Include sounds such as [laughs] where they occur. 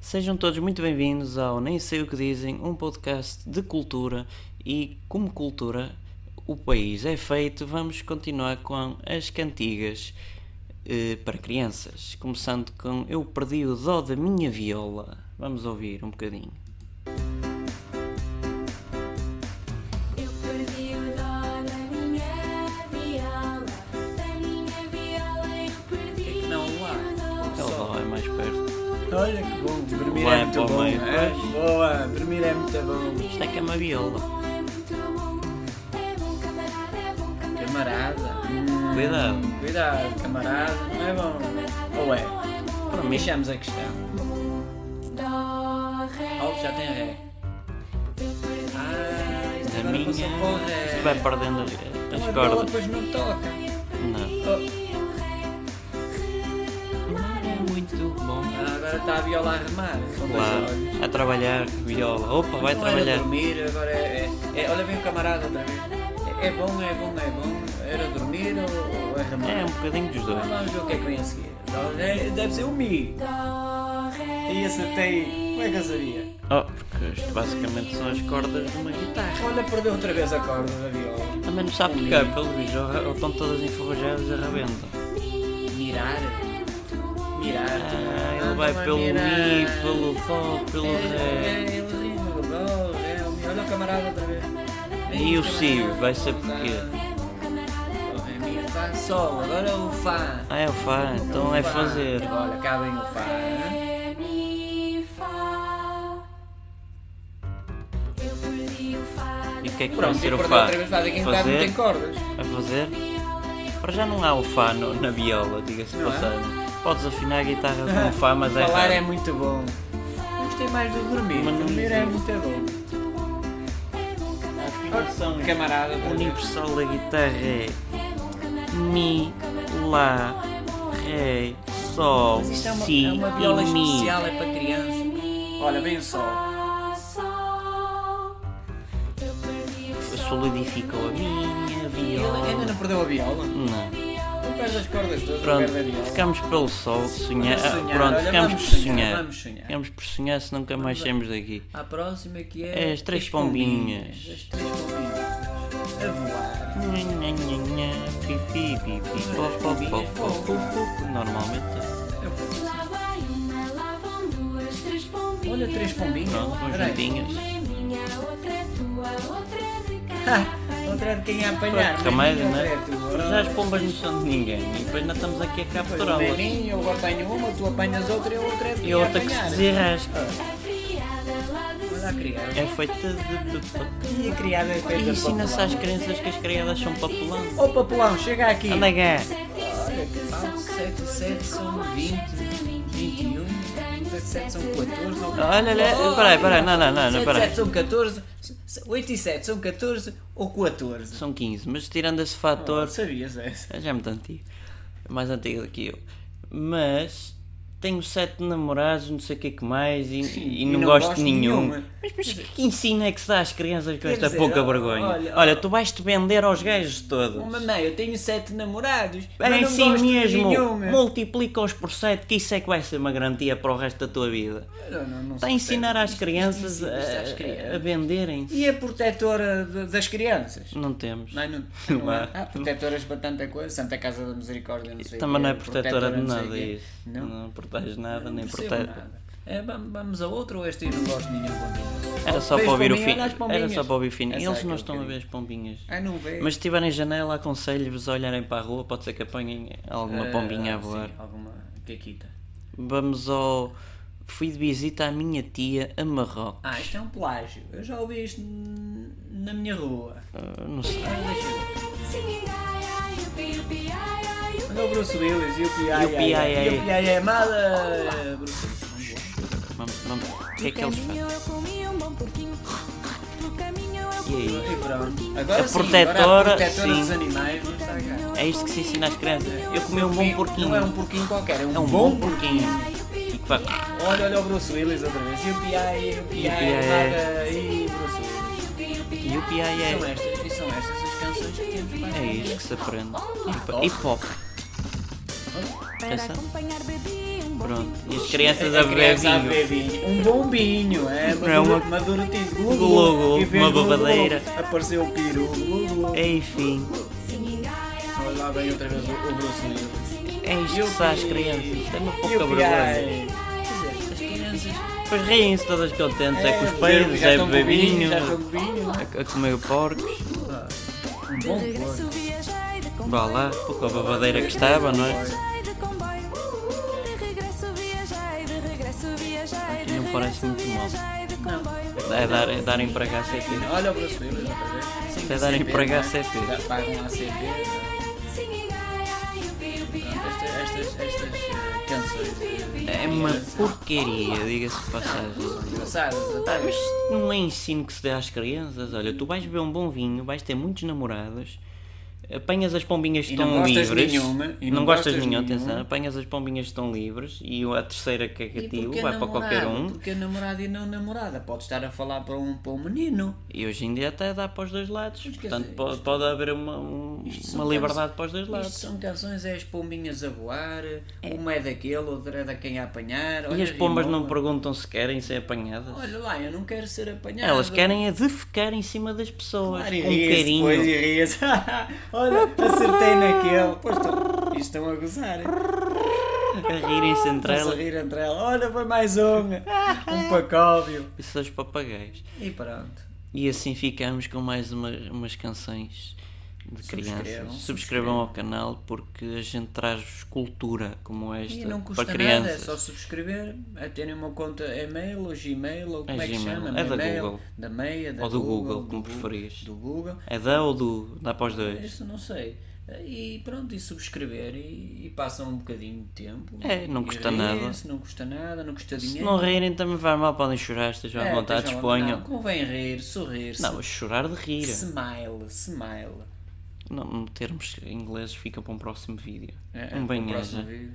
Sejam todos muito bem-vindos ao Nem Sei O Que Dizem, um podcast de cultura e como cultura o país é feito, vamos continuar com as cantigas eh, para crianças, começando com Eu Perdi o Dó da Minha Viola. Vamos ouvir um bocadinho. Eu perdi o dó da minha viola, da minha viola eu perdi não há? o Então. É o dó, é mais perto. Olha que bom, dormir Vai é muito para o bom. meio, é? pois. Boa, dormir é muito bom. Isto é que é uma viola. dó. É muito bom, é bom camarada, é bom é camarada. Camarada. Hum, Cuidado. Cuidado, camarada, não é bom. Ou é? Para mim, Mexamos a questão. Dó, ré. Oh, já tem ré. Eu perdi Ah, isto da agora minha. passou para o ré. Se vai perdendo as é- Uma bola cordas. depois não toca. Oh, Não. o ré. Remar é Muito bom. Ah, agora está a viola a remar. Com dois olhos. Claro, a trabalhar, viola. Opa, vai Não trabalhar. Era dormir, agora é, é- é- Olha bem o camarada outra vez. É, é bom, é bom, é bom. Era dormir ou, ou é remar? É um bocadinho dos dois. Vamos ver o que é que vem a seguir. Deve- Deve ser o Mi. dó, ré. E acertei. Como é que eu sabia? Oh, porque isto basicamente são as cordas de uma guitarra. Olha, perdeu outra vez a corda da viola. Também não sabe tocar, pelo visto, ou ou estão todas enferrujadas e arrebentam. Mirar? É Mirar? Ah, ele vai pelo Mi, pelo Fó, pelo Ré. É, ele ri, pelo Dó, Ré, o Mi. Olha o camarada outra vez. E o Si, vai ser porquê? É Mi, Fá, Sol. Agora o Fá. Ah, é o Fá, então é fazer. Olha, cá vem o Fá. né? Ré, mi, fá. Eu perdi o fá. E o que é que vai Pronto, e ser o perdeu Fá? outra vez. Fá, daqui a bocado não tem Fazer? cordas. Vai fazer? Para já não há o Fá no- na viola, diga-se de Não é? passagem. Podes afinar a guitarra [laughs] com o Fá, mas é Falar é raro. muito bom. Gostei mais do dormir. Mas não- Dormir é muito bom. Afinação. Camarada, O outra vez. universal da guitarra é Mi, Lá, Ré, Sol, Mas isto é uma, Si é uma viola e Mi. especial, é para criança. Olha, bem só. Fá, sol. Eu perdi o sol. Solidificou a minha Ele ainda viola. não perdeu a viola. Não. Ele perde as cordas todas, Pronto, perde a viola. ficamos pelo sol, sonhar. Ah, Vamos sonhar, Pronto, olha, ficamos vamos por sonhar, sonhar. vamos sonhar. Ficamos por sonhar se nunca mais saímos daqui. A próxima que é... É as três as pombinhas. As três pombinhas. A voar. Pipi, pipi, pó, pó, pó, pó, pó, pó. Normalmente é. Eu vou. Lá vai uma, lá vão duas, três pombinhas. Olha, três pombinhas. Pronto, com Peraí. juntinhas. Uma é minha, outra é tua, outra é de Ha, cá. Outra é de quem [laughs] a apanhar. Remédio, Outra né? é tua. Para já as pombas não são de ninguém. E depois nós estamos aqui a Pois, Uma é capturá-las. minha, eu apanho uma, tu apanhas outra e a outra é de E quem a outra que se apanhar. desarrasca. É criada lá de Olha a criada. É feita de. de, de... E a criada é feita E de ensina-se papelão. às crianças que as criadas são papelão. Ô papelão, chega aqui. Anda cá. é? Olha, 7 e 7 são 20, 21, 7 são 14. Olha, olha, peraí, peraí, não, não, não, não, 7 e 7 peraí. são 14, 8 e 7 são 14 ou 14? São 15, mas tirando esse fator, sabias essa? já é muito antigo. É mais antigo do que eu. Mas tenho sete namorados, não sei o que é que mais, e, e não, gosto de nenhum. nenhuma. Mas, mas que ensino é que se dá às crianças com Quer esta dizer, pouca ó, vergonha? Olha, olha, tu vais-te vender aos gajos todos. Oh, mamãe, eu tenho 7 namorados, mas É não assim gosto mesmo, de nenhuma. multiplica-os por 7, que isso é que vai ser uma garantia para o resto da tua vida. Não, não, não Está a sei. ensinar às crianças isto ensina-se às a, crianças. a venderem-se. E a protetora de- das crianças? Não temos. Não, é não, Hum. [laughs] Não não há. há. Há protetoras para tanta coisa, Santa Casa da Misericórdia, não sei o Também quê, não é protetora de sei o nada quê. isso. Não? Não, protege nada, nem percebo protege. nada. É, vam- vamos a outro ou este eu não gosto de nenhum pombinho? Era só Vês para ouvir o pombinha, fim. olha as pombinhas. Era só para ouvir o fim. Essa é Eles aquela não estão a que eu ver as pombinhas. queria. Ah, não vê? Mas se estiverem em janela, aconselho-vos a olharem para a rua, pode ser que apanhem alguma Ah, pombinha a sim, voar. alguma caquita. Vamos ao. Fui de visita à minha tia a Marrocos. Ah, isto é um plágio. Eu já ouvi isto n- na minha rua. Ah, não sei. Ah, deixa eu ver. Singing, ai, ai, upi, upi, ai, ai, upi. Olha é o Bruce Willis e o P.I.A. E o P.I.A.. E o P.I.A. Mala! é Bruce Willis. Vamos, vamos. O que é No que eles fazem? caminho eu comi um bom porquinho. No caminho eu E comi aí? E É pronto. Agora A sim, protetora, agora a protetora sim. dos animais não está cá. É isto que se ensina às crianças. Eu comi um bom porquinho. Não é um porquinho qualquer, é um, É um bom, bom porquinho. E que vai- Olha, olha o Bruce Willis outra vez. E o P.I.A. E o é. E o P.I.A.. P.I.A. E o Bruce Willis. E o PIA São é. estas, e são estas as canções que temos para É isto que se aprende. Hip hop. Para Essa? acompanhar bebi um Pronto. E as crianças A a criança a beber beber vinho. vinho. Um bom vinho, é? Não é uma- madurativo. Glu, Glu, glu, E vem uma glu, glu. babadeira. É. Apareceu o peru. Glu, glu. Enfim, Olha Lá vem outra vez o, o Bruce Lee. é isto que são as crianças. Tenho pouca Eu vergonha. piai. As crianças. Pois riem-se todas contentes, é, com os peidos, já é estão com beber vinho, já estão com vinho. a, a comer porcos. Um bom porco. Vá lá, pouca babadeira que estava, não é? Aqui não parece muito mal. Não. É dar, é darem para HCT. Olha o Bruce Willis outra vez. Sim, É darem CP, para não é? HCT. Dá- Pagam a CP. é? Pronto, esta- Estas, estas eh, canções. eh, É uma porcaria, diga-se de passagem. Engraçadas. Ah, até. mas não é ensino que se dá às crianças. Olha, tu vais beber um bom vinho, vais ter muitos namorados, apanhas as pombinhas que E não estão gostas livres. nenhuma, e não, não gostas gostas nenhuma, nenhuma. atenção. Apanhas as pombinhas que estão livres e a terceira que é E cativo porque vai para qualquer namorado? um. Porque namorado e não namorada pode estar a falar para um, para um menino. E hoje em dia até dá para os dois lados. Mas quer Portanto, dizer, pode, pode haver uma, um- são uma canso- liberdade para os dois lados. Isto são canções, é as pombinhas a voar, uma é daquele, outra é da quem a apanhar. E olha, as pombas não rimou. perguntam se querem ser apanhadas. Olha lá, eu não quero ser apanhado. Elas querem é defecar em cima das pessoas. Claro, com e ria-se, carinho. pois, é. e ria-se. [laughs] Olha, acertei naquele. Pois, estão- isto estão a gozar. A rirem-se entre Estão-se a elas. rir entre elas. Olha, foi mais um. [laughs] Um pacóvio. E seus é papagaios. E pronto. E assim ficamos com mais uma- umas canções de Subscrevam, crianças. subscrevam. Subscrevam ao canal porque a gente traz cultura como esta E não custa para nada, crianças. é só subscrever, é terem uma conta e-mail ou Gmail ou como É é, que Gmail, chama? é da Gmail, Google. Da Meia, da Ou do Google, do como Gu- preferires. Do Google, É da ou do? Dá para os dois. isso não sei. E pronto, e subscrever e, e passam um bocadinho de tempo. É, não E custa riem-se, nada. Não custa nada, não custa Se dinheiro. não rirem também vai mal, podem chorar, estejam à É, vontade, estejam à exponham. vontade. Convém rir, sorrir, Não, mas chorar de rir. smile, smile. Não, né? termos ingleses fica para um próximo vídeo. É, um para o bem próximo vídeo.